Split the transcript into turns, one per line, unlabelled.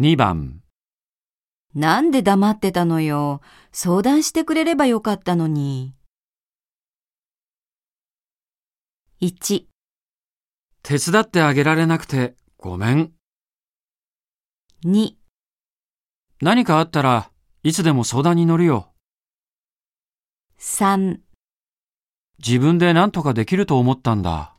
2番、
なんで黙ってたのよ。相談してくれればよかったのに。1、
手伝ってあげられなくてごめん。
2、
何かあったらいつでも相談に乗るよ。
3。
自分で何とかできると思ったんだ。